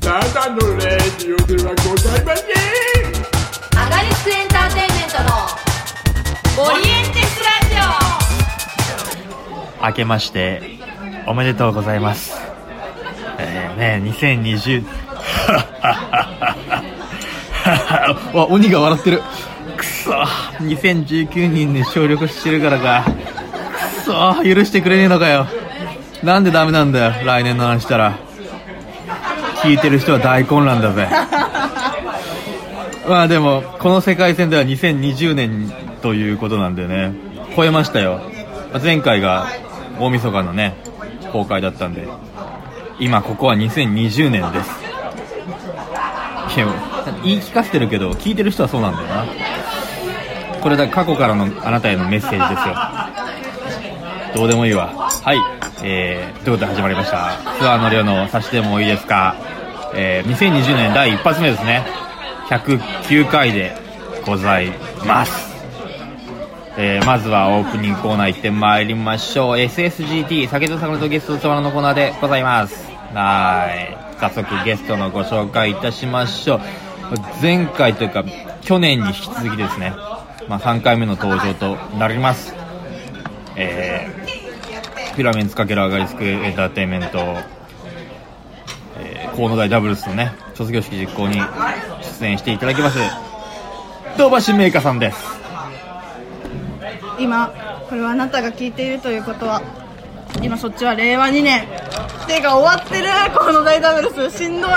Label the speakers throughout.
Speaker 1: ただのレディオではございません
Speaker 2: アガリスクエンターテインメントのオリエンテスラジ
Speaker 3: 明けましておめでとうございますえー、ね2020 わ鬼が笑ってるくそ2019人に省力してるからかくそ許してくれねえのかよなんでダメなんだよ来年の話したら聞いてる人は大混乱だぜまあでもこの世界戦では2020年ということなんでね超えましたよまあ前回が大晦日のね公開だったんで今ここは2020年ですいや言い聞かせてるけど聞いてる人はそうなんだよなこれだ過去からのあなたへのメッセージですよどうでもいいわはいえー、ということで始まりましたツアーの量の差しでもいいですかえー、2020年第一発目ですね109回でございますえーまずはオープニングコーナー行ってまいりましょう SSGT 酒と魚とゲスト様のコーナーでございますはい早速ゲストのご紹介いたしましょう前回というか去年に引き続きですね、まあ、3回目の登場となりますえー、ピラメンツ×アガリスクエンターテインメント、えー、河野大ダブルスのね卒業式実行に出演していただきます堂橋メーカーさんです
Speaker 4: 今これはあなたが聞いているということは今そっちは令和2年てか終わってるこの大ダブルスしんどい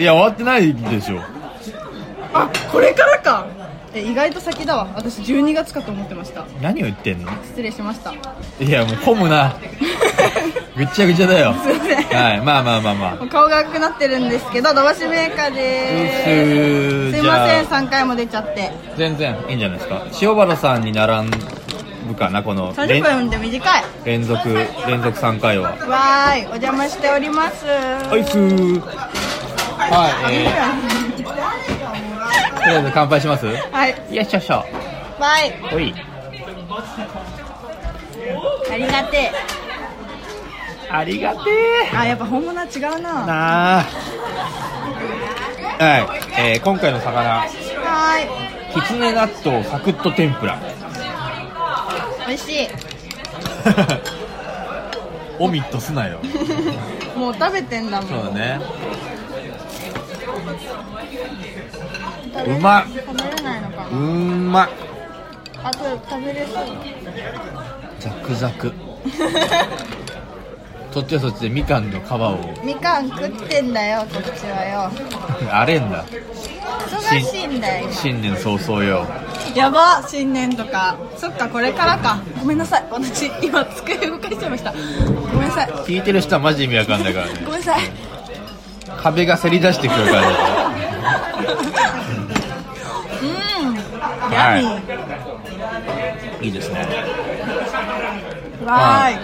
Speaker 3: いや終わってないでしょ
Speaker 4: あこれからかえ意外と先だわ私12月かと思ってました
Speaker 3: 何を言ってんの
Speaker 4: 失礼しましたも
Speaker 3: いやもう混むなぐっちゃぐちゃだよ
Speaker 4: いません
Speaker 3: はいまあまあまあまあ
Speaker 4: う顔が赤くなってるんですけどドバシメーカー
Speaker 3: う
Speaker 4: で
Speaker 3: っ
Speaker 4: す
Speaker 3: す
Speaker 4: す
Speaker 3: ー
Speaker 4: い
Speaker 3: じゃ
Speaker 4: ま
Speaker 3: あ
Speaker 4: せん3回も出ちゃって
Speaker 3: 全然いいんじゃないですか塩原さんに並ぶかなこの
Speaker 4: 30分で短い
Speaker 3: 連続連続3回は
Speaker 4: わーいお邪魔しております
Speaker 3: はいっすーはいえー、とりあえず乾杯しますよ
Speaker 4: はい
Speaker 3: いしょしょ
Speaker 4: バイ
Speaker 3: おい
Speaker 4: ありがてえ
Speaker 3: ありがて
Speaker 4: あやっぱ本物は違う
Speaker 3: え
Speaker 4: な
Speaker 3: なあはい、えー、今回の魚
Speaker 4: は
Speaker 3: きつね納豆サクッと天ぷら
Speaker 4: ーい美味しい
Speaker 3: オミットすなよ
Speaker 4: もう食べてんだもん
Speaker 3: そうだねうまっ
Speaker 4: 食べれないのか
Speaker 3: うーんまっ
Speaker 4: なあと食べれそう
Speaker 3: ザクザクそっちはそっちでみかんの皮を
Speaker 4: みかん食ってんだよこっちはよ
Speaker 3: あれんだ
Speaker 4: 忙しいんだよ
Speaker 3: 新年早々よ
Speaker 4: 今やば新年とかそっかこれからかごめんなさい私今机動かしちゃいましたごめんなさい
Speaker 3: 聞いてる人はマジ意味わかんないからね
Speaker 4: ごめんなさい
Speaker 3: 壁がせり出してくる感じ
Speaker 4: ヤミ
Speaker 3: いいですね
Speaker 4: ーわーい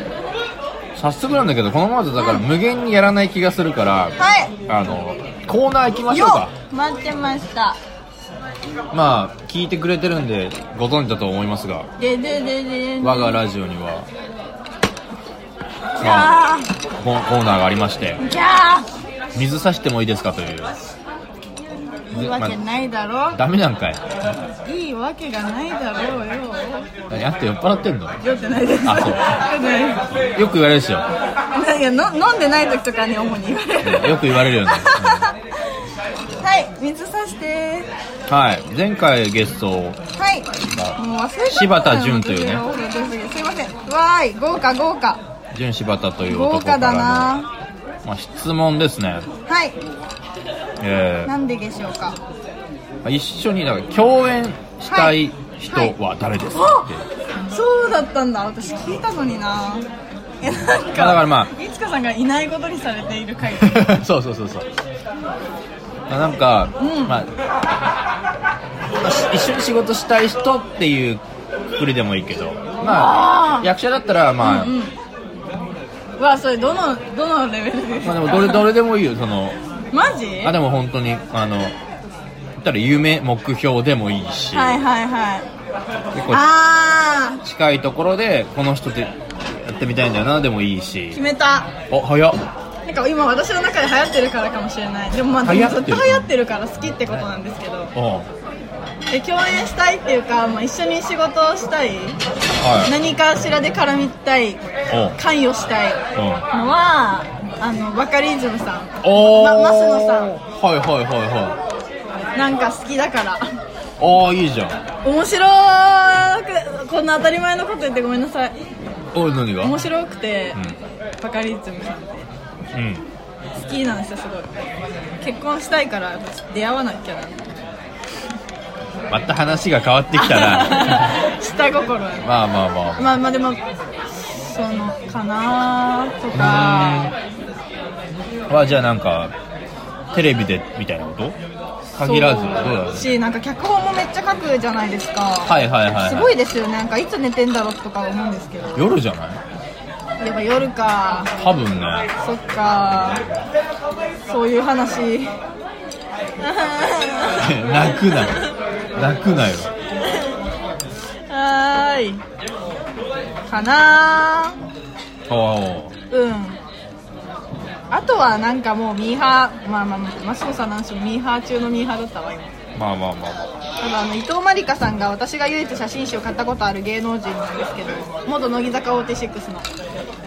Speaker 3: 早速なんだけどこのままだとだから無限にやらない気がするから
Speaker 4: は
Speaker 3: あのコーナー行きま
Speaker 4: い
Speaker 3: し
Speaker 4: よ
Speaker 3: ょうか
Speaker 4: っ待ってました
Speaker 3: まあ聞いてくれてるんでご存知だと思いますが
Speaker 4: でででで
Speaker 3: 我がラジオには、
Speaker 4: ギ
Speaker 3: まあ、
Speaker 4: ャ
Speaker 3: ココーナーがありまして
Speaker 4: ーギャー
Speaker 3: 水さしてもいいですかという
Speaker 4: いいわけないだろ
Speaker 3: ダメなんかい
Speaker 4: いいわけがないだろうよ
Speaker 3: 何あって酔っ払ってんのよ
Speaker 4: 酔ってないです
Speaker 3: あそう
Speaker 4: 酔ってないです
Speaker 3: く言われるでしょ
Speaker 4: いやの飲んでない時とかに主に言われる、
Speaker 3: よく言われるよね
Speaker 4: はい水さして
Speaker 3: はい前回ゲストを
Speaker 4: はいもう忘れた
Speaker 3: 柴田純というね
Speaker 4: すいませんわーい豪華豪華
Speaker 3: 純柴田という
Speaker 4: 豪
Speaker 3: 男か
Speaker 4: 華だ
Speaker 3: らの、
Speaker 4: な
Speaker 3: まあ、質問ですね
Speaker 4: はい
Speaker 3: え
Speaker 4: なんででしょうか
Speaker 3: ー一緒にだから共演したい人は誰ですかっていう、
Speaker 4: そうだったんだ私聞いたのになえなんか
Speaker 3: まあだからまあ
Speaker 4: いつかさんがいないことにされている回
Speaker 3: そうそうそうそうまあなんか、
Speaker 4: うん
Speaker 3: まあし一緒に仕事したい人っていうふりでもいいけどまあ
Speaker 4: あー
Speaker 3: 役者だったらまあ、
Speaker 4: うんうわそれどのどのレベルです
Speaker 3: まあ
Speaker 4: か、
Speaker 3: でもどれどれでもいいよその
Speaker 4: マジ
Speaker 3: あ
Speaker 4: はい
Speaker 3: でも本当にあの言ったら夢目標でもいいし、
Speaker 4: はいはい
Speaker 3: 結構
Speaker 4: ああ
Speaker 3: 近いところでこの人でやってみたいんだよなでもいいし
Speaker 4: 決めた
Speaker 3: お早っ
Speaker 4: やなんか今私の中で流行ってるからかもしれないでもまあ
Speaker 3: 流
Speaker 4: で
Speaker 3: 行
Speaker 4: も
Speaker 3: って
Speaker 4: ず
Speaker 3: る
Speaker 4: っと流行ってるから好きってことなんですけど
Speaker 3: おう
Speaker 4: で共演したいっていうか、まあ、一緒に仕事をしたい
Speaker 3: はい
Speaker 4: 何かしらで絡みたい
Speaker 3: おう
Speaker 4: 関与したいのはあのバカリズムさん
Speaker 3: おお
Speaker 4: まマスノさん
Speaker 3: はいはいはいはい
Speaker 4: なんか好きだから
Speaker 3: ああいいじゃん
Speaker 4: 面白くこんな当たり前のこと言ってごめんなさい
Speaker 3: おい何が
Speaker 4: 面白くて、
Speaker 3: うん
Speaker 4: バカリズムさんって
Speaker 3: うん
Speaker 4: 好きなんですよすごい結婚したいから私出会わなきゃな
Speaker 3: また話が変わってきたな
Speaker 4: 下心はね
Speaker 3: まあまあまあ
Speaker 4: まあまあでもそのかなとか
Speaker 3: はじゃあなんかテレビでみたいなこと限らずどうだろ
Speaker 4: そううしなんか脚本もめっちゃ書くじゃないですか
Speaker 3: はいはいはいはい
Speaker 4: すごいですよねなんかいつ寝てんだろうとか思うんですけど
Speaker 3: 夜じゃない
Speaker 4: やっぱ夜か
Speaker 3: 多分ね
Speaker 4: そっかそうい う話
Speaker 3: 泣くなよ泣くなよ
Speaker 4: はーいかな
Speaker 3: おう
Speaker 4: ーうんあとはなんかもうミーハーまあまあマスコさんなんしろミーハー中のミーハーだったわ今
Speaker 3: まあまあまあま
Speaker 4: ただあの伊藤まりかさんが私が唯一写真集を買ったことある芸能人なんですけど元乃木坂46の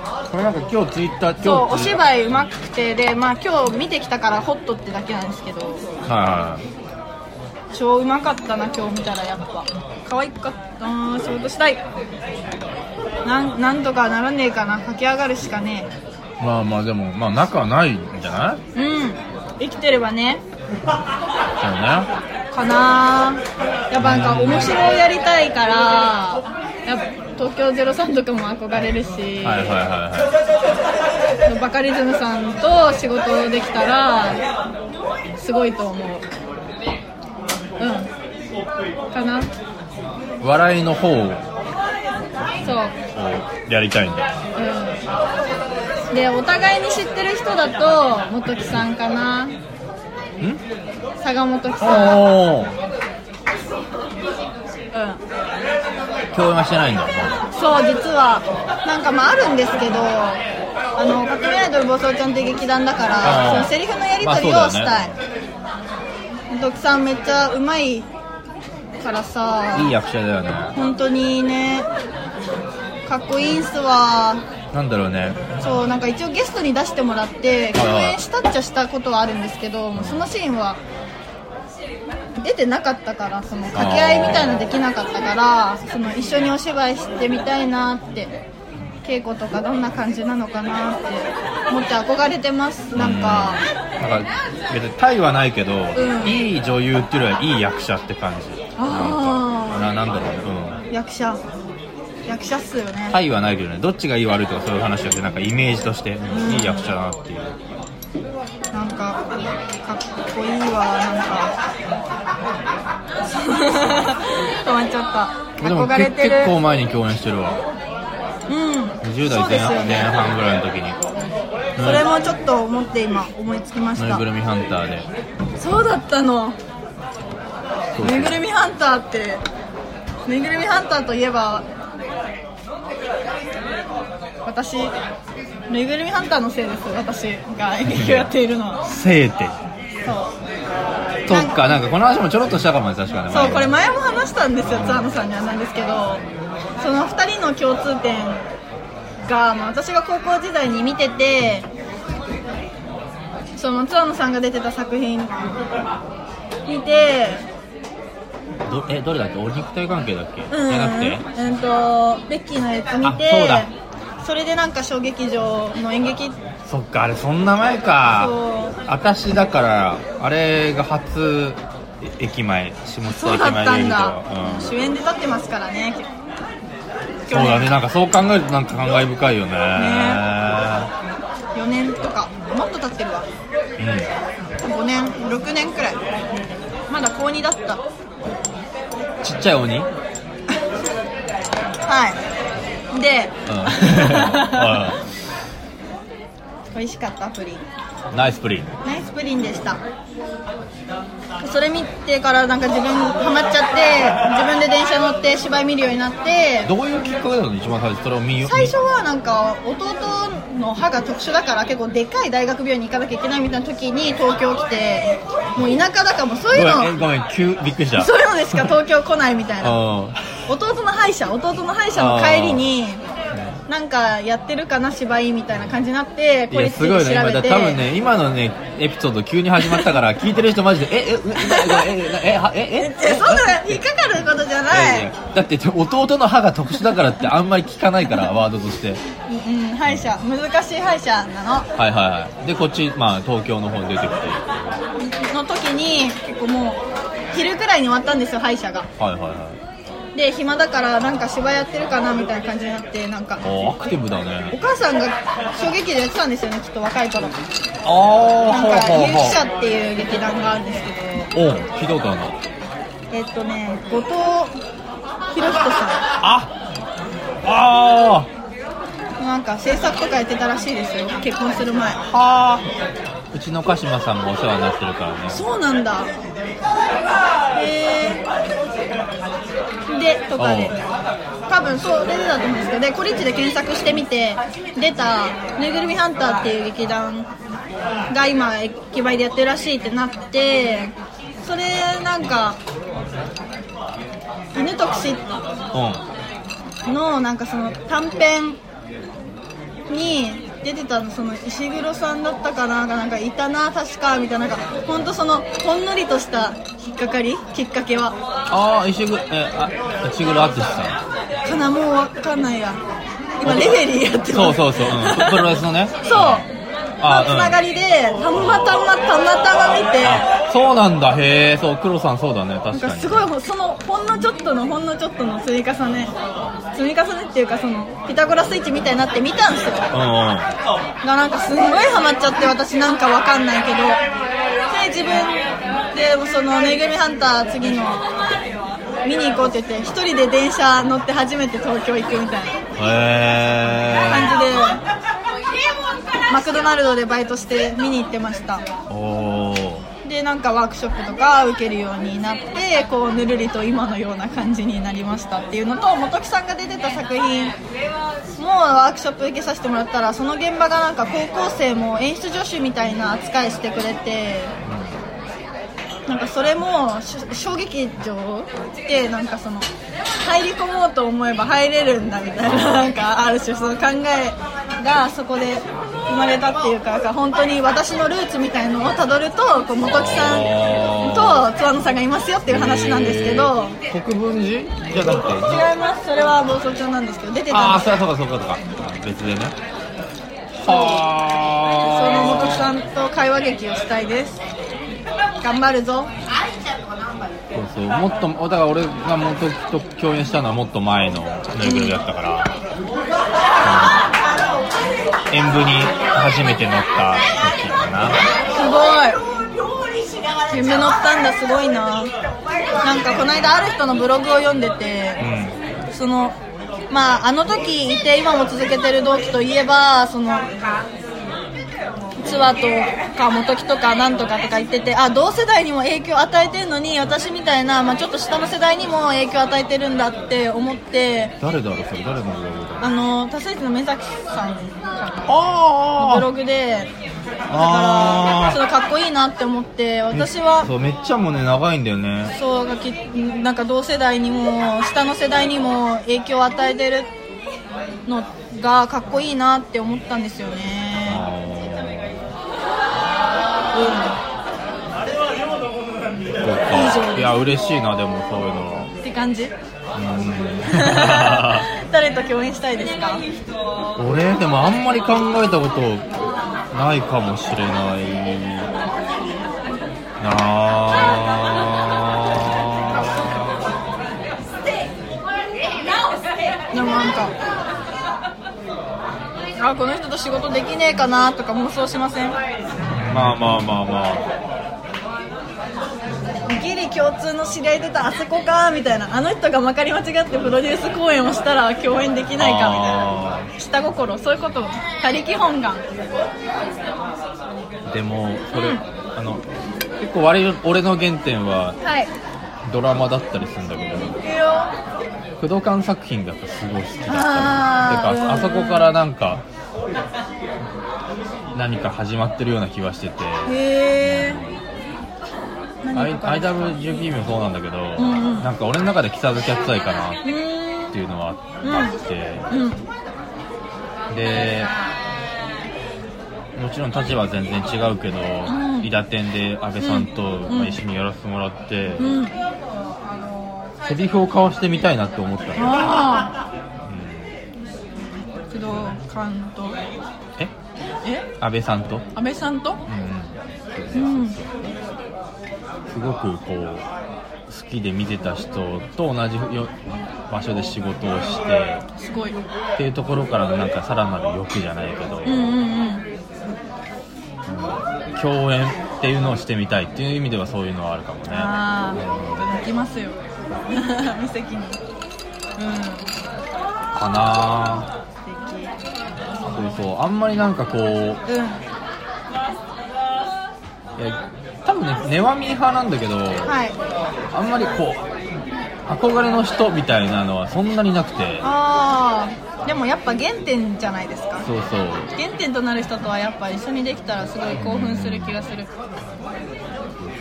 Speaker 3: あこれなんか今日ツイッター今日
Speaker 4: そうお
Speaker 3: ツイ
Speaker 4: 芝居うまくてでまあ今日見てきたからホットってだけなんですけど
Speaker 3: はいはいはい
Speaker 4: 超うまかったな今日見たらやっぱ可愛かったな仕事したいなんなんとかならねえかな駆け上がるしかね
Speaker 3: まあまあでもまあ仲はないんじゃない
Speaker 4: えうん生きてればね
Speaker 3: そうね
Speaker 4: かなやっぱなんか面白いやりたいからやっぱ東京03とかも憧れるし、
Speaker 3: はいはいは
Speaker 4: バカリズムさんと仕事できたらすごいと思ううんかない
Speaker 3: はい笑いの方を
Speaker 4: そう
Speaker 3: やりたいんだよ
Speaker 4: うんでお互いに知ってる人だと元木さんかなん坂本木さん
Speaker 3: おお
Speaker 4: うん
Speaker 3: 共演はしてないんだ
Speaker 4: そう実はなんかまああるんですけどあの革命アイドル暴走ちゃんって劇団だか
Speaker 3: あ
Speaker 4: ら
Speaker 3: ー
Speaker 4: そのセリフのやり取り
Speaker 3: ま
Speaker 4: を
Speaker 3: あ
Speaker 4: し
Speaker 3: そう
Speaker 4: た
Speaker 3: だ
Speaker 4: い
Speaker 3: よね
Speaker 4: 本木さんめっちゃうまいからさ
Speaker 3: いい役者だよね
Speaker 4: 本当にねかっこいいんすわ
Speaker 3: なんだろうね
Speaker 4: そうなんか一応ゲストに出してもらって
Speaker 3: はい
Speaker 4: 共演したっちゃしたことはあるんですけどもうそのシーンは出てなかったからその掛け合いみたいなのできなかったからその一緒にお芝居してみたいなって稽古とかどんな感じなのかなって思って憧れてますなんか
Speaker 3: なんか別に対はないけど、
Speaker 4: うん
Speaker 3: いい女優っていうよりはいい役者って感じ
Speaker 4: あ
Speaker 3: ななんだろうね、
Speaker 4: あ役者役者っすよ
Speaker 3: うん、
Speaker 4: ね
Speaker 3: 対はないけどねどっちがいい悪いとかそういう話じゃなくてなんかイメージとして、いい役者だなっていう
Speaker 4: なんかかっこいいわなんか止まっちゃった
Speaker 3: でも
Speaker 4: 憧れて
Speaker 3: け
Speaker 4: る
Speaker 3: 結構前に共演してるわ
Speaker 4: うん、
Speaker 3: 20代
Speaker 4: そう
Speaker 3: 前
Speaker 4: ですよ
Speaker 3: 半,、前
Speaker 4: ね
Speaker 3: 半ぐらいの時に
Speaker 4: それもちょっと思って今思いつきまし
Speaker 3: ぬい
Speaker 4: た
Speaker 3: ぐるみハンターで
Speaker 4: そうだったの
Speaker 3: そう
Speaker 4: ぬ
Speaker 3: そ
Speaker 4: いうぐるみハンターってぬいぐるみハンターといえば私ぬいぐるみハンターのせいです私が演劇をやっているのは
Speaker 3: せいて
Speaker 4: そう
Speaker 3: とかなんかこの話もちょろっとしたかもね確かね
Speaker 4: そうこれ
Speaker 3: 前
Speaker 4: 前も話したんですよツアーノさんにはなんですけどその2人の共通点が、まあ、私が高校時代に見ててそのツアーノさんが出てた作品見て
Speaker 3: どえどれだっけお肉体関係だっけ、
Speaker 4: うん
Speaker 3: じゃなくて
Speaker 4: うんとベッキーのやつ見て
Speaker 3: あそうだ
Speaker 4: それでなんか小劇場の演劇
Speaker 3: そっかあれそんな前か
Speaker 4: そう
Speaker 3: 私だからあれが初え駅前下津
Speaker 4: そう
Speaker 3: 駅
Speaker 4: だっ
Speaker 3: 前で
Speaker 4: た
Speaker 3: 見
Speaker 4: ん
Speaker 3: た
Speaker 4: だ
Speaker 3: わ、うん、
Speaker 4: 主演で立ってますからね
Speaker 3: そうだねなんかそう考えるとなんか感慨深いよね
Speaker 4: 4年とかもっと経ってるわ5年6年くらいまだ高2だった
Speaker 3: うん、ちっちゃい鬼うん
Speaker 4: はいで、
Speaker 3: うん
Speaker 4: 美味しかったプリン
Speaker 3: ナイスプリン
Speaker 4: ナイスプリンでしたそれ見てからなんか自分ハマっちゃって自分で電車乗って芝居見るようになって
Speaker 3: どういうきっかけなの一番最初それを見よ
Speaker 4: 最初はなんか弟の歯が特殊だから結構でかい大学病院に行かなきゃいけないみたいな時に東京来てもう田舎だからもうそう
Speaker 3: ご
Speaker 4: い
Speaker 3: め
Speaker 4: うんの
Speaker 3: えごめん急びっくりした
Speaker 4: そういうのでしか東京来ないみたいな
Speaker 3: あ
Speaker 4: 弟の歯医者弟の歯医者の帰りになんかやってるかな芝居みたいな感じになって
Speaker 3: ーい
Speaker 4: これ
Speaker 3: や
Speaker 4: ついて
Speaker 3: す
Speaker 4: 調
Speaker 3: ごいね今
Speaker 4: べ
Speaker 3: だ
Speaker 4: て
Speaker 3: 多分ね今のねエピソード急に始まったから聞いてる人マジでえええええええはえええ
Speaker 4: いやそんな引っかかることじゃない
Speaker 3: えだって弟の歯が特殊だからってあんまり聞かない からワードとして
Speaker 4: うんうん歯医者難しい歯医者なの
Speaker 3: はいはいはいでこっちまあ東京の方に出てきては
Speaker 4: の時に結構もう昼くらいに終わったんですよ歯医者が
Speaker 3: いはいはい
Speaker 4: で暇だからなんか芝居やってるかなみたいな感じになってなんか
Speaker 3: おアクティブだね
Speaker 4: お母さんが小劇でやってたんですよねきっと若い頃なんか
Speaker 3: ああほうほう
Speaker 4: 勇者
Speaker 3: ほ
Speaker 4: っていう劇団があるんですけ
Speaker 3: うおう聞いたことあるの
Speaker 4: どえっとね後藤博人さ
Speaker 3: ああ
Speaker 4: んなんか制作とかやってたらしいですよ結婚する
Speaker 3: あ
Speaker 4: 前
Speaker 3: はあうちの鹿島さんもお世話になってるからね
Speaker 4: そうなんだへーでとかで
Speaker 3: おう
Speaker 4: 多分そう出てたと思うんですけどでコリッチで検索してみて出た「ぬいぐるみハンター」っていう劇団が今駅前でやってるらしいってなってそれなんか犬特使
Speaker 3: う
Speaker 4: のなんかその短編に出てたのその石黒さんだったかながなんかいたな確かみたいななんか本当そのほんのりとした引っかかりきっかけ
Speaker 3: ん
Speaker 4: は
Speaker 3: ああ石黒えあ石黒敦さ
Speaker 4: かなもうわかんないや今レフェリーやって
Speaker 3: ん
Speaker 4: ます
Speaker 3: そうそうそう、 うん、プロレスのね
Speaker 4: そう
Speaker 3: あ
Speaker 4: のつながりでたまたまたまたま見て
Speaker 3: あそうなんだへえそう黒さんそうだね
Speaker 4: なん
Speaker 3: 確
Speaker 4: か
Speaker 3: かに
Speaker 4: すごいほそのほんのちょっとのほんのちょっとの積み重ね積み重ねっていうかそのピタゴラスイッチみたいになって見たんですよ
Speaker 3: うんうん
Speaker 4: がなんかすんごいハマっちゃって私なんかわかんないけどで自分でもそのぬいぐるみハンター次の見に行こうって言って一人で電車乗って初めて東京行くみたいな
Speaker 3: へえ
Speaker 4: 感じでマクドナルドでバイトして見に行ってました
Speaker 3: おー
Speaker 4: でなんかワークショップとか受けるようになってこうぬるりと今のような感じになりましたっていうのと元木さんが出てた作品もワークショップ受けさせてもらったらその現場がなんか高校生も演出助手みたいな扱いしてくれてなんかそれもし小劇場ってなんかその入り込もうと思えば入れるんだみたいななんかある種その考えがそこで生まれたっていうかなんか本当に私のルーツみたいのをたどるとこう元木さんと桑野さんがいますよっていう話なんですけど
Speaker 3: えー国分寺じゃなくて
Speaker 4: 違いますそれは暴走ちゃんなんですけど出て
Speaker 3: あ
Speaker 4: た
Speaker 3: あ
Speaker 4: んです
Speaker 3: そうかそうかそうかそうか別でねは
Speaker 4: そ
Speaker 3: あ
Speaker 4: の元木さんと会話劇をしたいです頑張るぞ
Speaker 3: そうそうもっとだから俺が元木と共演したのはもっと前のぬいぐるみだったから、うん演舞に初めて乗った時かな
Speaker 4: すごい夢乗ったんだすごいななんかこの間ある人のブログを読んでて
Speaker 3: う
Speaker 4: そのまああの時いて今も続けてる同期といえばそのツアーとか元木とかなんとかとか言っててあ同世代にも影響与えてるのに私みたいな、まあ、ちょっと下の世代にも影響与えてるんだって思って
Speaker 3: ん誰だろうそれ誰のブログだろう
Speaker 4: あの多数の目崎さんのブ
Speaker 3: あ
Speaker 4: ログでだから
Speaker 3: あ
Speaker 4: ちょっとかっこいいなって思って私は
Speaker 3: そうめっちゃもね長いんだよね
Speaker 4: そうがきなんか同世代にも下の世代にも影響を与えてるのがかっこいいなって思ったんですよね、
Speaker 3: あー
Speaker 4: う
Speaker 3: そっかいや嬉しいなでもそういうの
Speaker 4: ん、って感じ
Speaker 3: は
Speaker 4: 誰と共演したいですか
Speaker 3: うん俺でもあんまり考えたことないかもしれないなあ
Speaker 4: でもなんかあこの人と仕事できねえかなとか妄想しません
Speaker 3: まあまあまあまあ
Speaker 4: ギリ共通の知り合い出たあそこかみたいなあの人がまかり間違ってプロデュース公演をしたら共演できないかみたいな
Speaker 3: あ
Speaker 4: 下心そういうこと他力本願
Speaker 3: ーでもそれ、
Speaker 4: うん
Speaker 3: あの結構割俺の原点は
Speaker 4: はい
Speaker 3: ドラマだったりするんだけど
Speaker 4: いいよ
Speaker 3: 不動館作品がやっぱすごい好きだったのて
Speaker 4: あー
Speaker 3: かあそこからなんか何か始まってるような気はしてて
Speaker 4: へえ
Speaker 3: I- IWGP もそうなんだけど、
Speaker 4: んうん
Speaker 3: なんか俺の中で木更津キャッツアイかな
Speaker 4: うーん
Speaker 3: っていうのはあって、
Speaker 4: うん
Speaker 3: でもちろん立場は全然違うけど
Speaker 4: ん
Speaker 3: 伊田店で阿部さんと、
Speaker 4: ん
Speaker 3: まあ一緒にやらせてもらって、
Speaker 4: うん
Speaker 3: セリフを交わしてみたいなって思ったの
Speaker 4: ああ工藤官と
Speaker 3: え
Speaker 4: え
Speaker 3: 阿部さんと、
Speaker 4: 安倍さんと
Speaker 3: うんすごくこう好きで見てた人と同じよ場所で仕事をして
Speaker 4: すごいうん
Speaker 3: っていうところからのなんかさらなる欲じゃないけど、
Speaker 4: うんうん
Speaker 3: 共演っていうのをしてみたいっていう意味ではそういうのはあるかもね
Speaker 4: ああできますよ無責任うん
Speaker 3: かなぁそうそうあんまりなんかこう
Speaker 4: うん
Speaker 3: いや多分ね根はミー派なんだけど、
Speaker 4: はい
Speaker 3: あんまりこう憧れの人みたいなのはそんなになくて
Speaker 4: ああでもやっぱ原点じゃないですか
Speaker 3: そうそう
Speaker 4: 原点となる人とはやっぱ一緒にできたらすごい興奮する気がする
Speaker 3: そ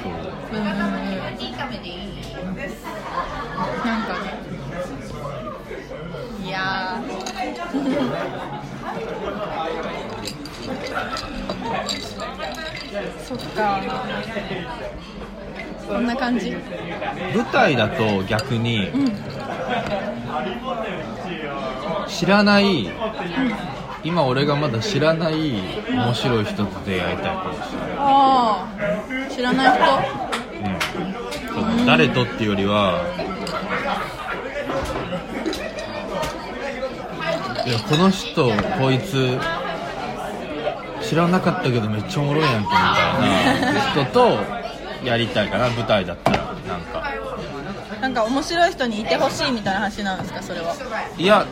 Speaker 3: う
Speaker 4: うんうんうんなんかねいやーそっかこんな感じ
Speaker 3: 舞台だと逆に、知らない、今俺がまだ知らない面白い人と出会いたいかもしれない
Speaker 4: ああ知らない人
Speaker 3: うんそう誰とっていうよりはいやこの人こいつ知らなかったけどめっちゃおもろいやんけみたいな人とやりたいかな舞台だったらなんか
Speaker 4: なんか面白い人にいてほしいみたいな話なんですかそれはい
Speaker 3: や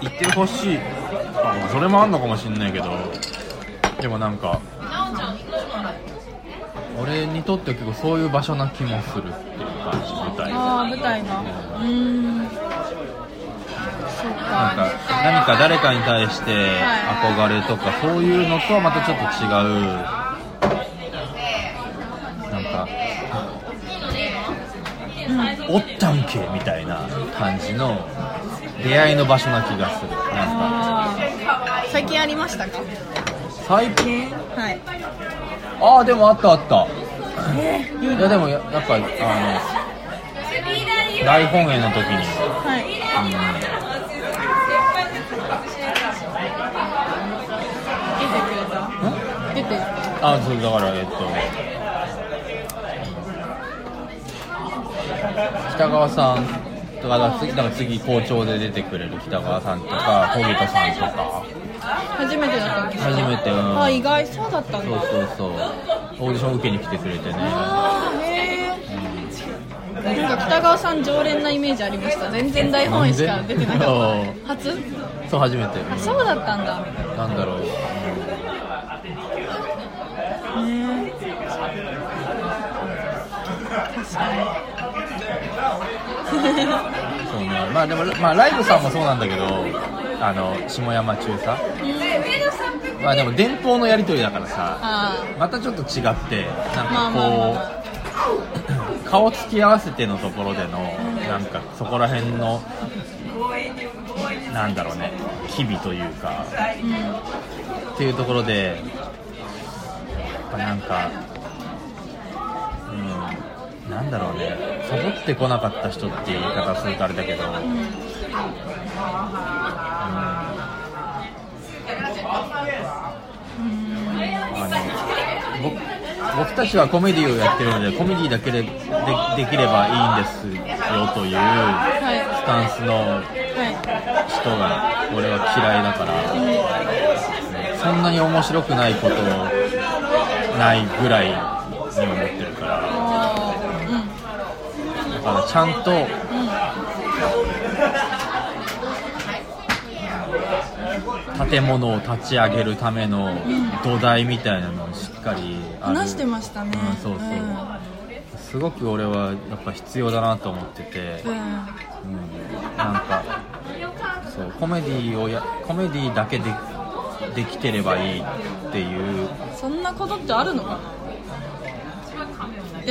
Speaker 3: いてほしいあまあそれもあんのかもしんないけどでもなんか俺にとっては結構そういう場所な気もするっていう感じ舞台
Speaker 4: ああ舞台がうーんそう
Speaker 3: なん
Speaker 4: か
Speaker 3: か何か誰かに対して
Speaker 4: は
Speaker 3: 憧れとかそういうのとはまたちょっと違うなんか「おったんけ」みたいな感じの出会いの場所な気がするなんか
Speaker 4: あー最近ありましたか
Speaker 3: 最近
Speaker 4: はい
Speaker 3: ああでもあったあったいやでもややっぱあの大本営の時に
Speaker 4: はい出てくれた出て
Speaker 3: あそうだからえっと北川さんとかだから次だから次校長で出てくれる北川さんとか小木田さんとか
Speaker 4: 初めてだったんですか
Speaker 3: 初めてうん
Speaker 4: あ意外そうだったん
Speaker 3: そう
Speaker 4: だ
Speaker 3: そうそうオーディション受けに来てくれてね
Speaker 4: あーへーなんか北川さん常連なイメージありました全然大本営しか出てなか
Speaker 3: なんで
Speaker 4: った初
Speaker 3: そう初めてうん
Speaker 4: あそうだったんだ
Speaker 3: なんだろううん
Speaker 4: ね確かに
Speaker 3: そうねまあでも、まあ、ライブさんもそうなんだけどあの下山中佐まあでも電報のやり取りだからさ
Speaker 4: あ
Speaker 3: またちょっと違ってなん
Speaker 4: まあまあまあ
Speaker 3: かこう顔つき合わせてのところでのなんかそこら辺のなんだろうね日々というか
Speaker 4: あうん
Speaker 3: っていうところでやっぱなんかうんなんだろうねサボってこなかった人っていう言い方するとあれだけど、うん、あの僕僕たちはコメディをやってるのでコメディだけででできればいいんですよという
Speaker 4: はい
Speaker 3: スタンスの
Speaker 4: はい
Speaker 3: 人が俺は嫌いだから、そんなに面白くないことないぐらいに思ってるから
Speaker 4: あーうん
Speaker 3: だからちゃんと、建物を立ち上げるための土台みたいなのをしっかりある
Speaker 4: 話してましたね
Speaker 3: うん、そうそう、すごく俺はやっぱ必要だなと思ってて、
Speaker 4: うんうん
Speaker 3: うん、なんかそうコメディをやコメディだけでできてればいいっていう
Speaker 4: そんなことってあるのかな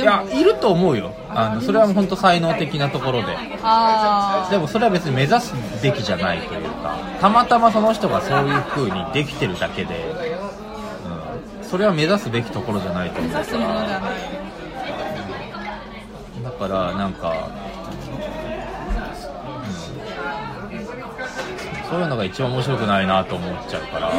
Speaker 3: い
Speaker 4: い
Speaker 3: やいると思うよあのそれは本当才能的なところで
Speaker 4: あ
Speaker 3: でもそれは別に目指すべきじゃないというかたまたまその人がそういう風にできてるだけで、うん、それは目指すべきところじゃないと思う
Speaker 4: あ指すものではない
Speaker 3: だからなんか、うん、そういうのが一番面白くないなと思っちゃうから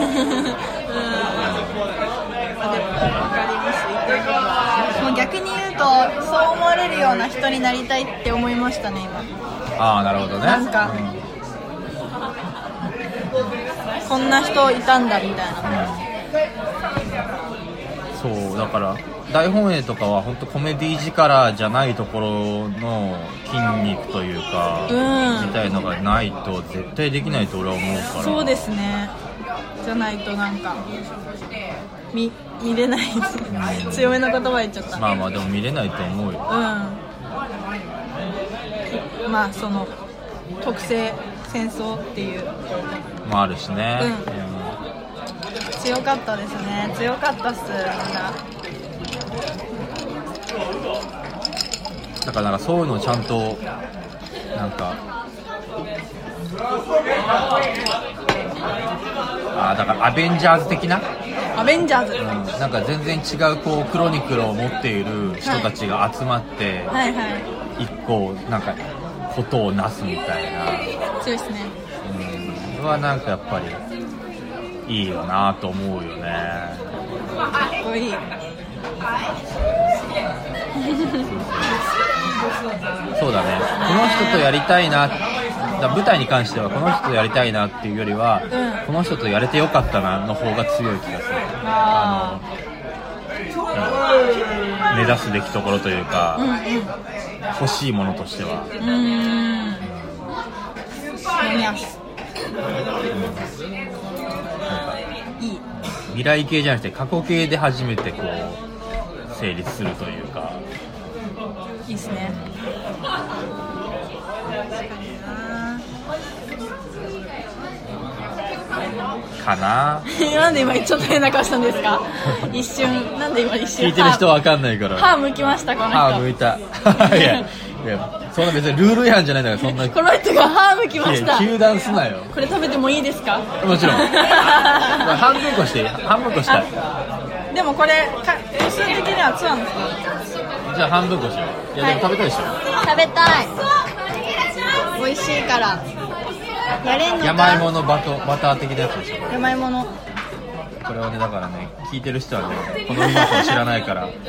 Speaker 4: もう逆に言うとそう思われるような人になりたいって思いましたね今
Speaker 3: ああなるほどね
Speaker 4: なんか
Speaker 3: うん
Speaker 4: こんな人いたんだみたいな
Speaker 3: そうだから大本営とかは本当コメディ力じゃないところの筋肉というか、
Speaker 4: うん
Speaker 3: みたいのがないと絶対できないと俺は思うから
Speaker 4: そうですねじゃないとなんか見入れない強めの言葉言っちゃった、
Speaker 3: まあまあでも見れないと思うよ
Speaker 4: うんまあその特性戦争っていう
Speaker 3: まああるしね、
Speaker 4: うん強かったですね強かったっすみんな
Speaker 3: だからなんかそういうのをちゃんとなんかあーだからアベンジャーズ的な
Speaker 4: アベンジャーズ、
Speaker 3: なんか全然違うこうクロニクルを持っている人たちが集まって
Speaker 4: はいは
Speaker 3: 一個なんかことをなすみたいな、
Speaker 4: い強いっすね
Speaker 3: うん、はなんかやっぱりいいよなと思うよね
Speaker 4: かっこいい
Speaker 3: そうだねこの人とやりたいなだ舞台に関してはこの人とやりたいなっていうよりは、
Speaker 4: うん
Speaker 3: この人とやれてよかったなの方が強い気がする
Speaker 4: あ
Speaker 3: 目指すべきところというか、欲しいものとしては
Speaker 4: あうーんいやいい
Speaker 3: 未来系じゃなくて過去系で初めてこう成立するというか
Speaker 4: いいっすね 確
Speaker 3: かな
Speaker 4: かにななんで今ちょっと変な顔したんですか一瞬なんで今一瞬
Speaker 3: 聞いてる人
Speaker 4: は
Speaker 3: わかんないから
Speaker 4: 歯剥きましたこの人
Speaker 3: 歯向いた いやいやそんな別にルール違反じゃないんだからそんな
Speaker 4: この人が歯剥きま
Speaker 3: い
Speaker 4: した
Speaker 3: や球団すなよ
Speaker 4: これ食べてもいいですか
Speaker 3: も ちろん半分こしていい半分こしたい
Speaker 4: でもこれか個数的にはツアーの
Speaker 3: じゃあ半分こしよういやでも食べたいでしょ
Speaker 4: 食べたい美味しいからやれんのか
Speaker 3: 山芋のバトバター的なやつでしょ
Speaker 4: 山芋の
Speaker 3: これはねだからね聞いてる人はねこのうまさを知らないからぜひ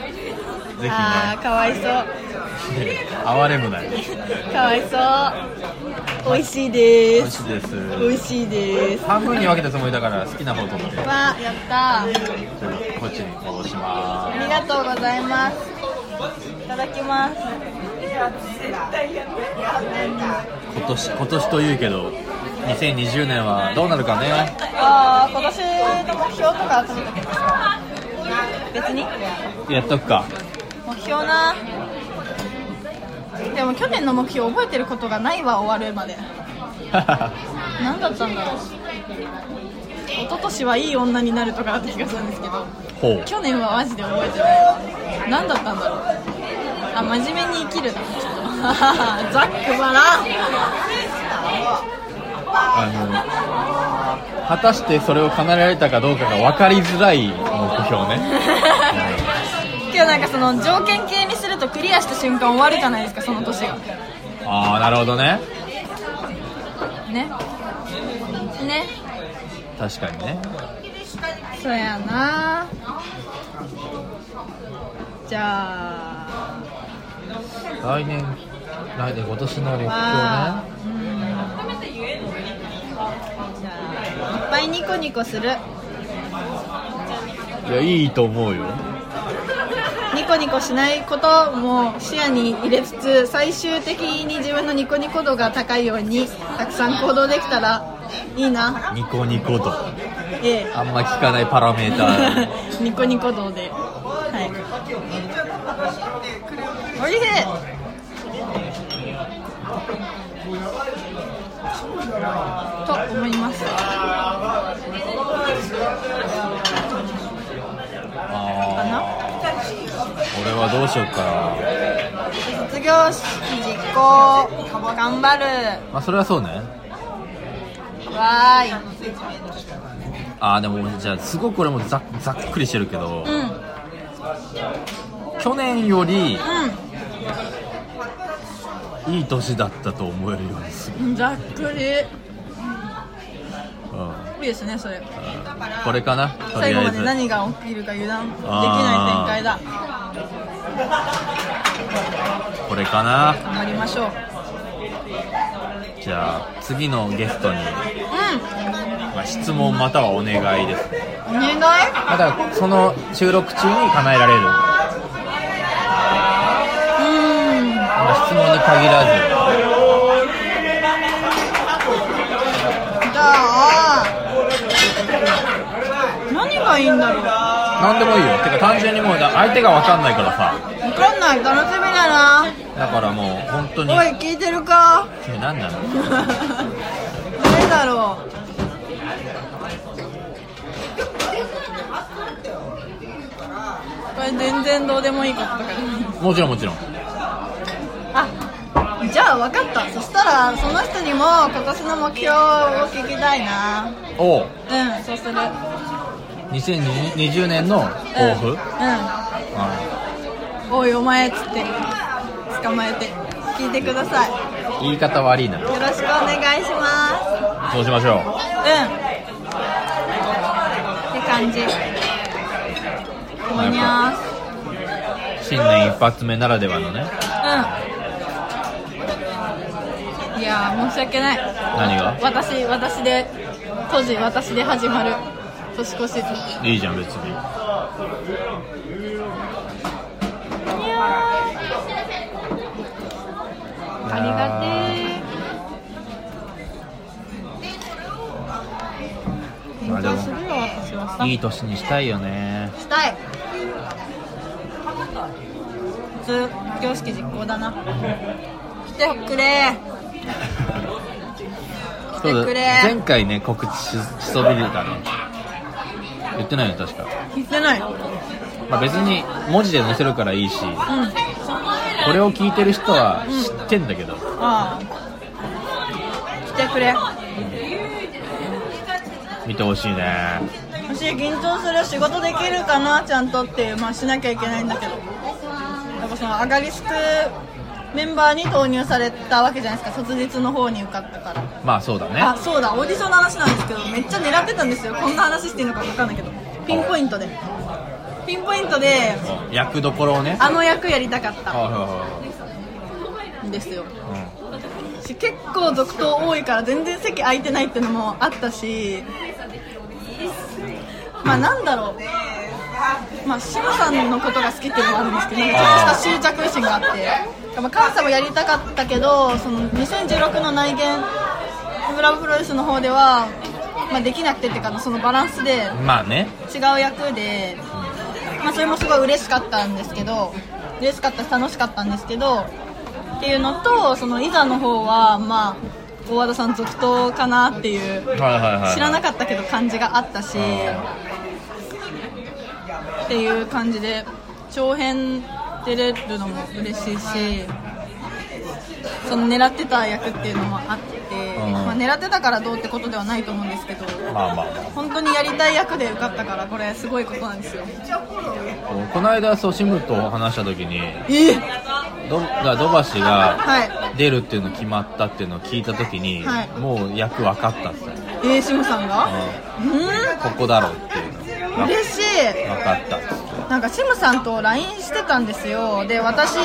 Speaker 3: ね
Speaker 4: あーかわいそう
Speaker 3: 哀れむなよ
Speaker 4: かわいそう美味しいで
Speaker 3: 美
Speaker 4: す
Speaker 3: 味しいです
Speaker 4: 美味しいです
Speaker 3: 半分に分けたつもりだから好きな方と思って
Speaker 4: わあやったー
Speaker 3: こっちに戻しま
Speaker 4: ありがとうございますいただきます
Speaker 3: す今年今年というけど2020年はどうなるかね
Speaker 4: ああ今年の目標とか集めとけますか別に
Speaker 3: やっとくか
Speaker 4: 目標なでも去年の目標覚えてることがないわ終わるまで何だったんだろう一昨年はいい女になるとかあった気がするんですけど
Speaker 3: ほう
Speaker 4: 去年はマジで覚えてない何だったんだろうあ真面目に生きるだちょっと ザックバラン
Speaker 3: あの果たしてそれを叶えられたかどうかが分かりづらい目標ね
Speaker 4: けどなんかその条件系にするとクリアした瞬間終わるじゃないですかその年が
Speaker 3: ああなるほどね
Speaker 4: ねね
Speaker 3: 確かにね
Speaker 4: そうやなじゃあ
Speaker 3: 来年来年今年の目標ね
Speaker 4: まあうんじゃあいっぱいニコニコする
Speaker 3: いやいいと思うよ
Speaker 4: ニコニコしないことも視野に入れつつ最終的に自分のニコニコ度が高いようにたくさん行動できたらいいな
Speaker 3: ニコニコと
Speaker 4: ええ
Speaker 3: あんま聞かないパラメーター
Speaker 4: ニコニコ動ではいおいしいと思いますか
Speaker 3: あ
Speaker 4: な
Speaker 3: ー俺はどうしよっかな
Speaker 4: 卒業式実行頑張る
Speaker 3: まあそれはそうね
Speaker 4: わーい
Speaker 3: あーでもじゃあすごく俺もざざっくりしてるけど、
Speaker 4: うん
Speaker 3: 去年より
Speaker 4: う
Speaker 3: いい年だったと思えるようにする、
Speaker 4: んざっく
Speaker 3: う
Speaker 4: り
Speaker 3: ん、
Speaker 4: いいですねそれ
Speaker 3: これかなと
Speaker 4: 最
Speaker 3: り
Speaker 4: 後
Speaker 3: あえ
Speaker 4: ま
Speaker 3: ず
Speaker 4: で何が起きるか油断できない展開だ
Speaker 3: これかな
Speaker 4: 頑張りましょう
Speaker 3: じゃあ次のゲストに、
Speaker 4: う
Speaker 3: まあ、質問またはお願いです
Speaker 4: んお願い
Speaker 3: まだその収録中に叶えられる、ま
Speaker 4: うん
Speaker 3: あ、質問に限ら
Speaker 4: じゃあ何がいいんだろう
Speaker 3: ず何でもいいよてか単純にもうだ相手が分かんないからさ
Speaker 4: 分かんない楽しみだな
Speaker 3: だからもう本当に
Speaker 4: おい聞いてるか
Speaker 3: 君何なの
Speaker 4: 誰だろうこれ全然どうでもいいこととかじゃない
Speaker 3: もちろんもちろん
Speaker 4: あじゃあ分かったそしたらその人にも今年の目標を聞きたいな
Speaker 3: おう
Speaker 4: うんそうする
Speaker 3: 2020年の抱負、
Speaker 4: うん、うん、おいお前っつって捕まえて聞いてくださいよ
Speaker 3: うん言い方悪いな
Speaker 4: ろしくお願いします
Speaker 3: そうしましょう
Speaker 4: うんって感じおにゃ
Speaker 3: 新年一発目ならではのね
Speaker 4: ーすうんいやー申し訳ない
Speaker 3: 何が
Speaker 4: 私私で閉じ私で始まる年越しいや
Speaker 3: いいじゃん別に
Speaker 4: ーありがてー
Speaker 3: まあ
Speaker 4: 勉
Speaker 3: でも
Speaker 4: 強するよ私はい
Speaker 3: い年にしたいよね
Speaker 4: したい卒業式実行だな来てくれ来てくれ
Speaker 3: 前回ね告知ししそびれたね言ってないよ確か、
Speaker 4: 来てないうん
Speaker 3: まあ、別に文字で載せるからいいしこれを聞いてる人は知ってんだけど、
Speaker 4: ああ来てくれ
Speaker 3: 見てほしいね
Speaker 4: 私緊張する仕事できるかなちゃんとっていうまあしなきゃいけないんだけどやっぱそのアガリスクメンバーに投入されたわけじゃないですか卒日の方に受かったから
Speaker 3: まあそうだね
Speaker 4: あそうだオーディションの話なんですけどめっちゃ狙ってたんですよこんな話していいのか分かんないけどピンポイントでピンポイントで
Speaker 3: 役どころをね
Speaker 4: あの役やりたかっ
Speaker 3: あ
Speaker 4: た
Speaker 3: はい
Speaker 4: んですよ
Speaker 3: はいはい
Speaker 4: し結構続投多いから全然席空いてないってのもあったしまあなんだろうまあ志麻さんのことが好きっていうのもあるんですけどなんかちょっとした執着心があってやっぱ関西もやりたかったけどその2016の内見ブラブプロレスの方では、まあ、できなくてっていうかそのバランスで
Speaker 3: うんまあね
Speaker 4: 違う役で、まあ、それもすごい嬉しかったんですけど嬉しかったし楽しかったんですけどっていうのとそのいざの方はまあ大和田さん続投かなっていう
Speaker 3: はいはいはいはい
Speaker 4: 知らな
Speaker 3: っ
Speaker 4: かったけど感じがあったしっていう感じで長編出れるのも嬉しいしその狙ってた役っていうのもあって、
Speaker 3: うん
Speaker 4: まあ、狙ってたからどうってことではないと思うんですけど。
Speaker 3: たまあまあまあ
Speaker 4: 本当にやりたい役で受かったからこれすごいことなんですよ
Speaker 3: こうこの間そうシムと話した時に
Speaker 4: え
Speaker 3: ドだドバシが
Speaker 4: は
Speaker 3: 出るっていうの決まったっていうのを聞いた時に、
Speaker 4: はい
Speaker 3: もう役分かったって言ってたよ
Speaker 4: いえー、シムさんがう
Speaker 3: ここだろうっていうの
Speaker 4: ん
Speaker 3: が
Speaker 4: 嬉しい
Speaker 3: 分かったっつって
Speaker 4: なんかシムさんと LINE してたんですよで私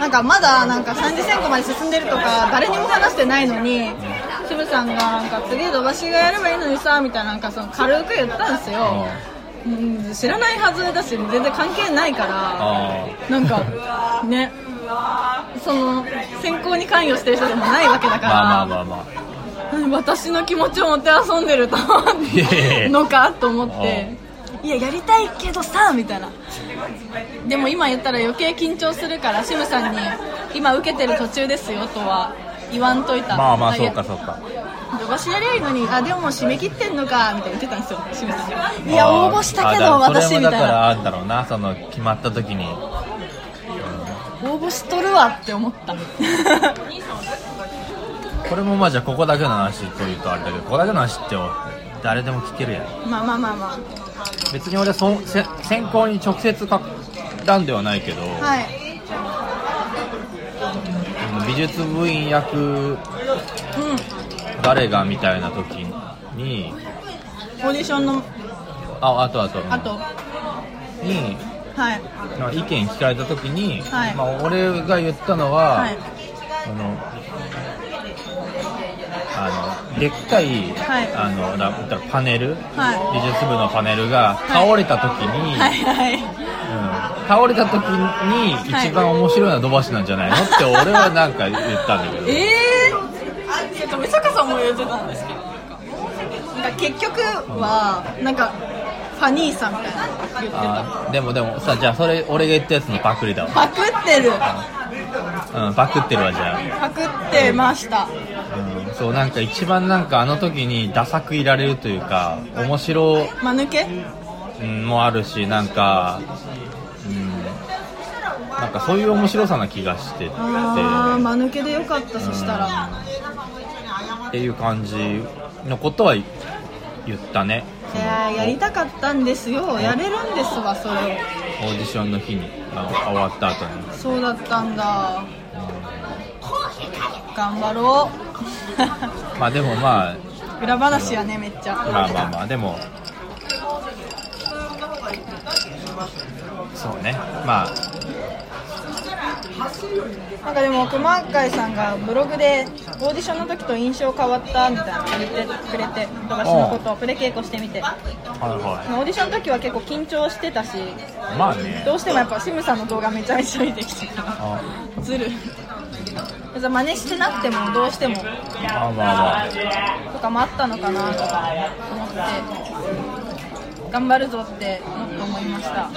Speaker 4: なんかまだなんか3次選考まで進んでるとか誰にも話してないのにシムさんがなんか次ドバシがやればいいのにさみたいななんかその軽く言ったんですようん知らないはずだし全然関係ないから
Speaker 3: あ
Speaker 4: なんかねその選考に関与してる人でもないわけだから
Speaker 3: まあまあまあまあ
Speaker 4: 私の気持ちを持って遊んでると思っ
Speaker 3: いやいやいや
Speaker 4: てのかと思っていややりたいけどさみたいなでも今言ったら余計緊張するからシムさんに今受けてる途中ですよとは言わんといた
Speaker 3: まあまあそうかそうか
Speaker 4: 伸ばしやりゃいいのにあでも締め切ってんのかみたいな言ってたんですよシムさんい
Speaker 3: あ
Speaker 4: や
Speaker 3: ー
Speaker 4: 応募したけど
Speaker 3: あーだから
Speaker 4: 私
Speaker 3: それ
Speaker 4: み
Speaker 3: も
Speaker 4: たい
Speaker 3: だか
Speaker 4: な
Speaker 3: らあんだろうなその決まった時に
Speaker 4: 応募しとるわって思った
Speaker 3: これもまあじゃあここだけの話というとあれだけどここだけの話ってよ誰でも聞けるやん
Speaker 4: まあまあまあま
Speaker 3: 別に俺はそせ選考に直接書ったんではないけど、
Speaker 4: あはい
Speaker 3: うん美術部員役
Speaker 4: う
Speaker 3: 誰がみたいな時に
Speaker 4: んオーディションの
Speaker 3: ああとあと
Speaker 4: あと
Speaker 3: に
Speaker 4: はい
Speaker 3: まあ意見聞かれた時に、
Speaker 4: はい
Speaker 3: まあ、俺が言ったのは、
Speaker 4: はい
Speaker 3: あのあのでっかい、
Speaker 4: はい
Speaker 3: あのだだパネル、
Speaker 4: は
Speaker 3: 美術部のパネルが
Speaker 4: はい
Speaker 3: 倒れた時に、
Speaker 4: はいはい
Speaker 3: うん、倒れた時に一番面白いのは土橋なんじゃないの って俺はなんか言ったんだけど、
Speaker 4: ええー、富坂さんも言ってたんですけどなんか結局はなんかファニーさんみたいなの言ってた
Speaker 3: あーでもでもさじゃあそれ俺が言ったやつのパクリだわ、
Speaker 4: パクってる
Speaker 3: うん、パクってるわじゃあ
Speaker 4: パクってました
Speaker 3: うんそうなんか一番なんかあの時にダサくいられるというか面白、
Speaker 4: 間抜け
Speaker 3: うん、もあるしなんか、うん、なんかそういう面白さな気がしてて
Speaker 4: ああ
Speaker 3: っ
Speaker 4: 間抜けでよかったそしたら
Speaker 3: ていう感じのことは言ったね
Speaker 4: いやーやりたかったんですよやれるんですわそれ
Speaker 3: オーディションの日にあ終わった後に
Speaker 4: をそうだったんだ頑張ろう
Speaker 3: まあでもまあ
Speaker 4: 裏話やねめっちゃ
Speaker 3: まあまあまあでもそうねまあ
Speaker 4: なんかでも熊谷さんがブログでオーディションの時と印象変わったみたいなの言ってくれて私のことをプレ稽古してみてま
Speaker 3: はいは
Speaker 4: あオーディションの時は結構緊張してたし
Speaker 3: いまあね
Speaker 4: どうしてもやっぱシムさんの動画めちゃめちゃ見てきてから
Speaker 3: あ
Speaker 4: ずる別に真似してなくてもどうしても
Speaker 3: まあまあまあ
Speaker 4: とかもあったのかなとか思って頑張るぞってもっと思いました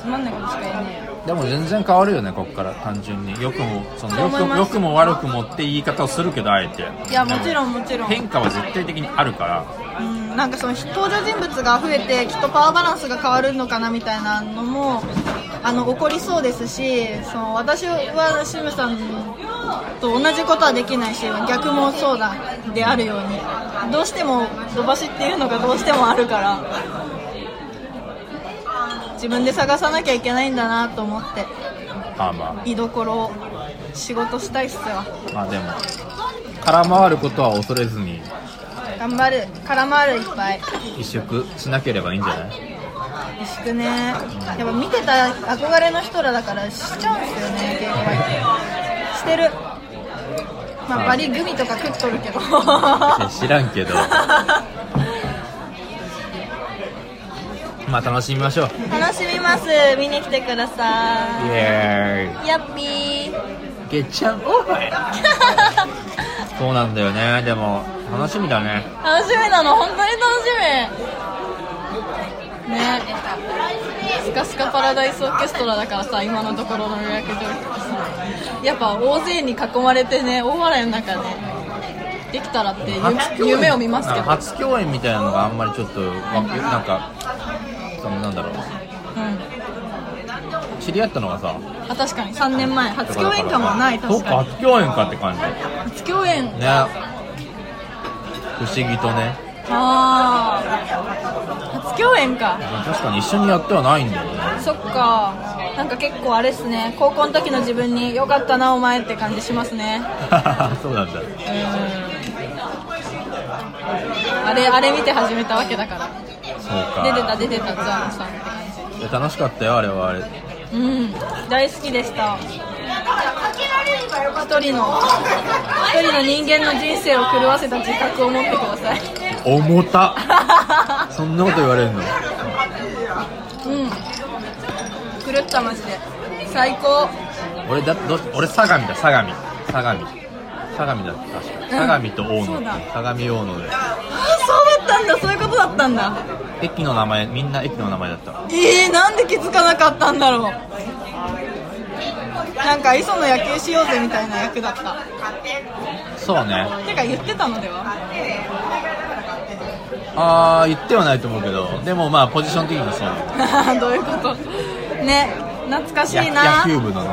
Speaker 4: つまんないことしか言えねえよ
Speaker 3: でも全然変わるよねこっから単純によくもその
Speaker 4: そう
Speaker 3: よ
Speaker 4: 思いま
Speaker 3: く
Speaker 4: す
Speaker 3: よくも悪くもって言い方をするけどあえて
Speaker 4: いやもちろんもちろん
Speaker 3: 変化は絶対的にあるから
Speaker 4: うんなんかその登場人物が増えてきっとパワーバランスが変わるのかなみたいなのもあの起こりそうですしその私はシムさんと同じことはできないし逆もそうだであるようにどうしても土橋っていうのがどうしてもあるから自分で探さなきゃいけないんだなと思って
Speaker 3: まあま
Speaker 4: 居所を仕事したいっすわ
Speaker 3: あまあでも空回ることは恐れずに
Speaker 4: 頑張る空回るいっぱい
Speaker 3: 萎縮しなければいいんじゃない
Speaker 4: 萎縮ねやっぱ見てた憧れの人らだからしちゃうんですよね芸能してるまあバリグミとか食っとるけど
Speaker 3: 知らんけど まあ楽しみましょう
Speaker 4: 楽しみます見に来てくだ
Speaker 3: イ
Speaker 4: さ
Speaker 3: エ
Speaker 4: いやっぴ
Speaker 3: ー
Speaker 4: ー
Speaker 3: イゲッチャンオーバ ーそうなんだよねでも楽しみだね
Speaker 4: 楽しみなの本当に楽しみねスカスカパラダイスオーケストラだからさ今のところの予約状況がさやっぱ大勢に囲まれてね大笑いの中ねできたらって
Speaker 3: 初
Speaker 4: ゆ夢を見ますけど
Speaker 3: 初共演みたいなのがあんまりちょっとわなんかそのなんだろう
Speaker 4: うん
Speaker 3: 知り合ったのがさ
Speaker 4: あ確かに3年前初共演感もない
Speaker 3: そ
Speaker 4: 確
Speaker 3: う
Speaker 4: か
Speaker 3: か
Speaker 4: に
Speaker 3: 初共演かって感じね
Speaker 4: 初共演
Speaker 3: 不思議とね
Speaker 4: ああ初共演か
Speaker 3: 確かに一緒にやってはないんだよね
Speaker 4: そっかなんか結構あれっすね高校の時の自分によかったなお前って感じしますね
Speaker 3: そうなんだ
Speaker 4: うんあれあれ見て始めたわけだから
Speaker 3: そう
Speaker 4: 出てた
Speaker 3: か
Speaker 4: 出てたツアーのさんって感
Speaker 3: いや楽しかったよあれはあれ
Speaker 4: じうん大好きでした一人の一人の人間の人生を狂わせた自覚を持ってくだ さい
Speaker 3: 重たそんなこと言われるの
Speaker 4: うん狂ったマジで最高
Speaker 3: 俺だど俺相模だ相模相模相模だって確か相模と大
Speaker 4: そうだ
Speaker 3: 野相模大野で
Speaker 4: そうだったんだそういうことだったんだ
Speaker 3: 駅の名前みんな駅の名前だった
Speaker 4: えー、なんで気づかなかったんだろうなんか磯の野球しようぜみたいな役だった
Speaker 3: そうね
Speaker 4: てか言ってたのでは
Speaker 3: ああ言ってはないと思うけどでもまあポジション的にそうね
Speaker 4: どういうことね懐かし
Speaker 3: や
Speaker 4: いな
Speaker 3: 野球部のね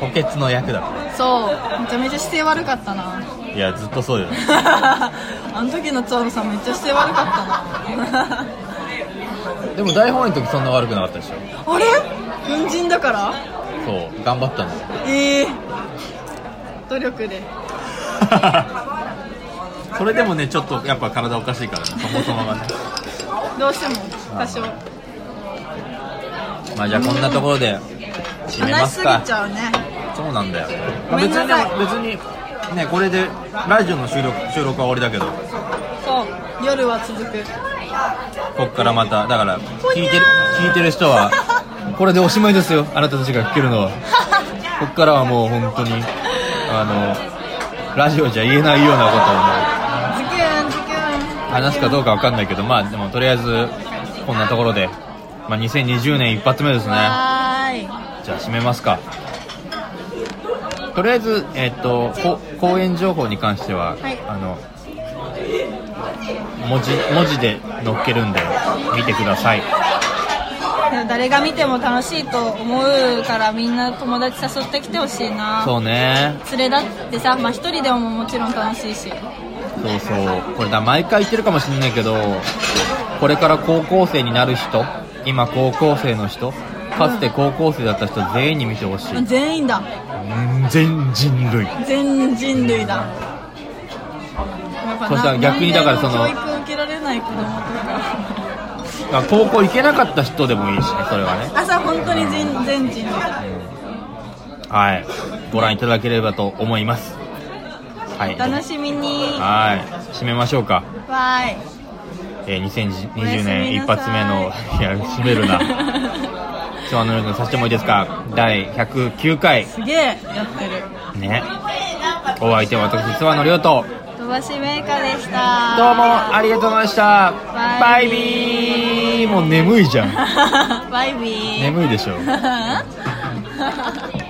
Speaker 3: 補欠の役だっ
Speaker 4: そうめちゃめちゃ姿勢悪かったな
Speaker 3: たいやずっとそうよ
Speaker 4: あの時の長野さんめっちゃ姿勢悪かったな
Speaker 3: でも大本営の時そんな悪くなかったでしょ
Speaker 4: あれ人参だから
Speaker 3: そう頑張ったんですよ
Speaker 4: ええ努力で
Speaker 3: それでもねちょっとやっぱ体おかしいからねそもそもがね
Speaker 4: どうしても多少
Speaker 3: まあじゃあこんなところで締めま
Speaker 4: 話し
Speaker 3: す
Speaker 4: すぎ
Speaker 3: か
Speaker 4: ちゃうね
Speaker 3: そうなんだよ
Speaker 4: ごめん
Speaker 3: 別
Speaker 4: な
Speaker 3: に
Speaker 4: さい
Speaker 3: 別にねこれでラジオの収録収録は終わりだけど
Speaker 4: そう夜は続く
Speaker 3: こっからまただから聞いてる聞いてる人はこれでおしまいですよあなたたちが聞けるのはこっからはもう本当にあのラジオじゃ言えないようなことをね
Speaker 4: ズキュンズキュン
Speaker 3: 話すかどうかわかんないけどまあでもとりあえずこんなところで、まあ、2020年一発目ですね
Speaker 4: はーい
Speaker 3: じゃあ締めますかとりあえずえっ、とこ公演情報に関しては、
Speaker 4: はい
Speaker 3: あの文字文字で載っけるんで見てください
Speaker 4: でも誰が見ても楽しいと思うからみんな友達誘ってきてほしいな
Speaker 3: そうね
Speaker 4: 連れだってさまあ一人でももちろん楽しいし
Speaker 3: そうそうこれだ毎回言ってるかもしれないけどこれから高校生になる人今高校生の人かつて高校生だった人全員に見てほしい、
Speaker 4: 全員だ
Speaker 3: うん全人類
Speaker 4: 全人類だやっぱ
Speaker 3: そしたら
Speaker 4: な
Speaker 3: 逆にだからその
Speaker 4: 内面の教育受けられない子供とか
Speaker 3: あ高校行けなかった人でもいいしねそれはね
Speaker 4: 朝本当に全全人類
Speaker 3: はいご覧いただければと思いますはい
Speaker 4: お楽しみに
Speaker 3: はい締めましょうか、
Speaker 4: わーい
Speaker 3: えー
Speaker 4: おや
Speaker 3: 2020
Speaker 4: す
Speaker 3: 年
Speaker 4: み
Speaker 3: 一
Speaker 4: なさい
Speaker 3: 発目のいや締めるな今日の夜のさせてもいいですか第109回
Speaker 4: すげえやってる
Speaker 3: ねお相手は私諏訪野亮と
Speaker 4: 飛ばしメーカーでした
Speaker 3: どうもありがとうございましたバ
Speaker 4: バ
Speaker 3: イ
Speaker 4: イ
Speaker 3: ビ
Speaker 4: ビ
Speaker 3: ーもう眠いじゃん
Speaker 4: バイビー
Speaker 3: 眠いでしょ
Speaker 4: Ha ha ha.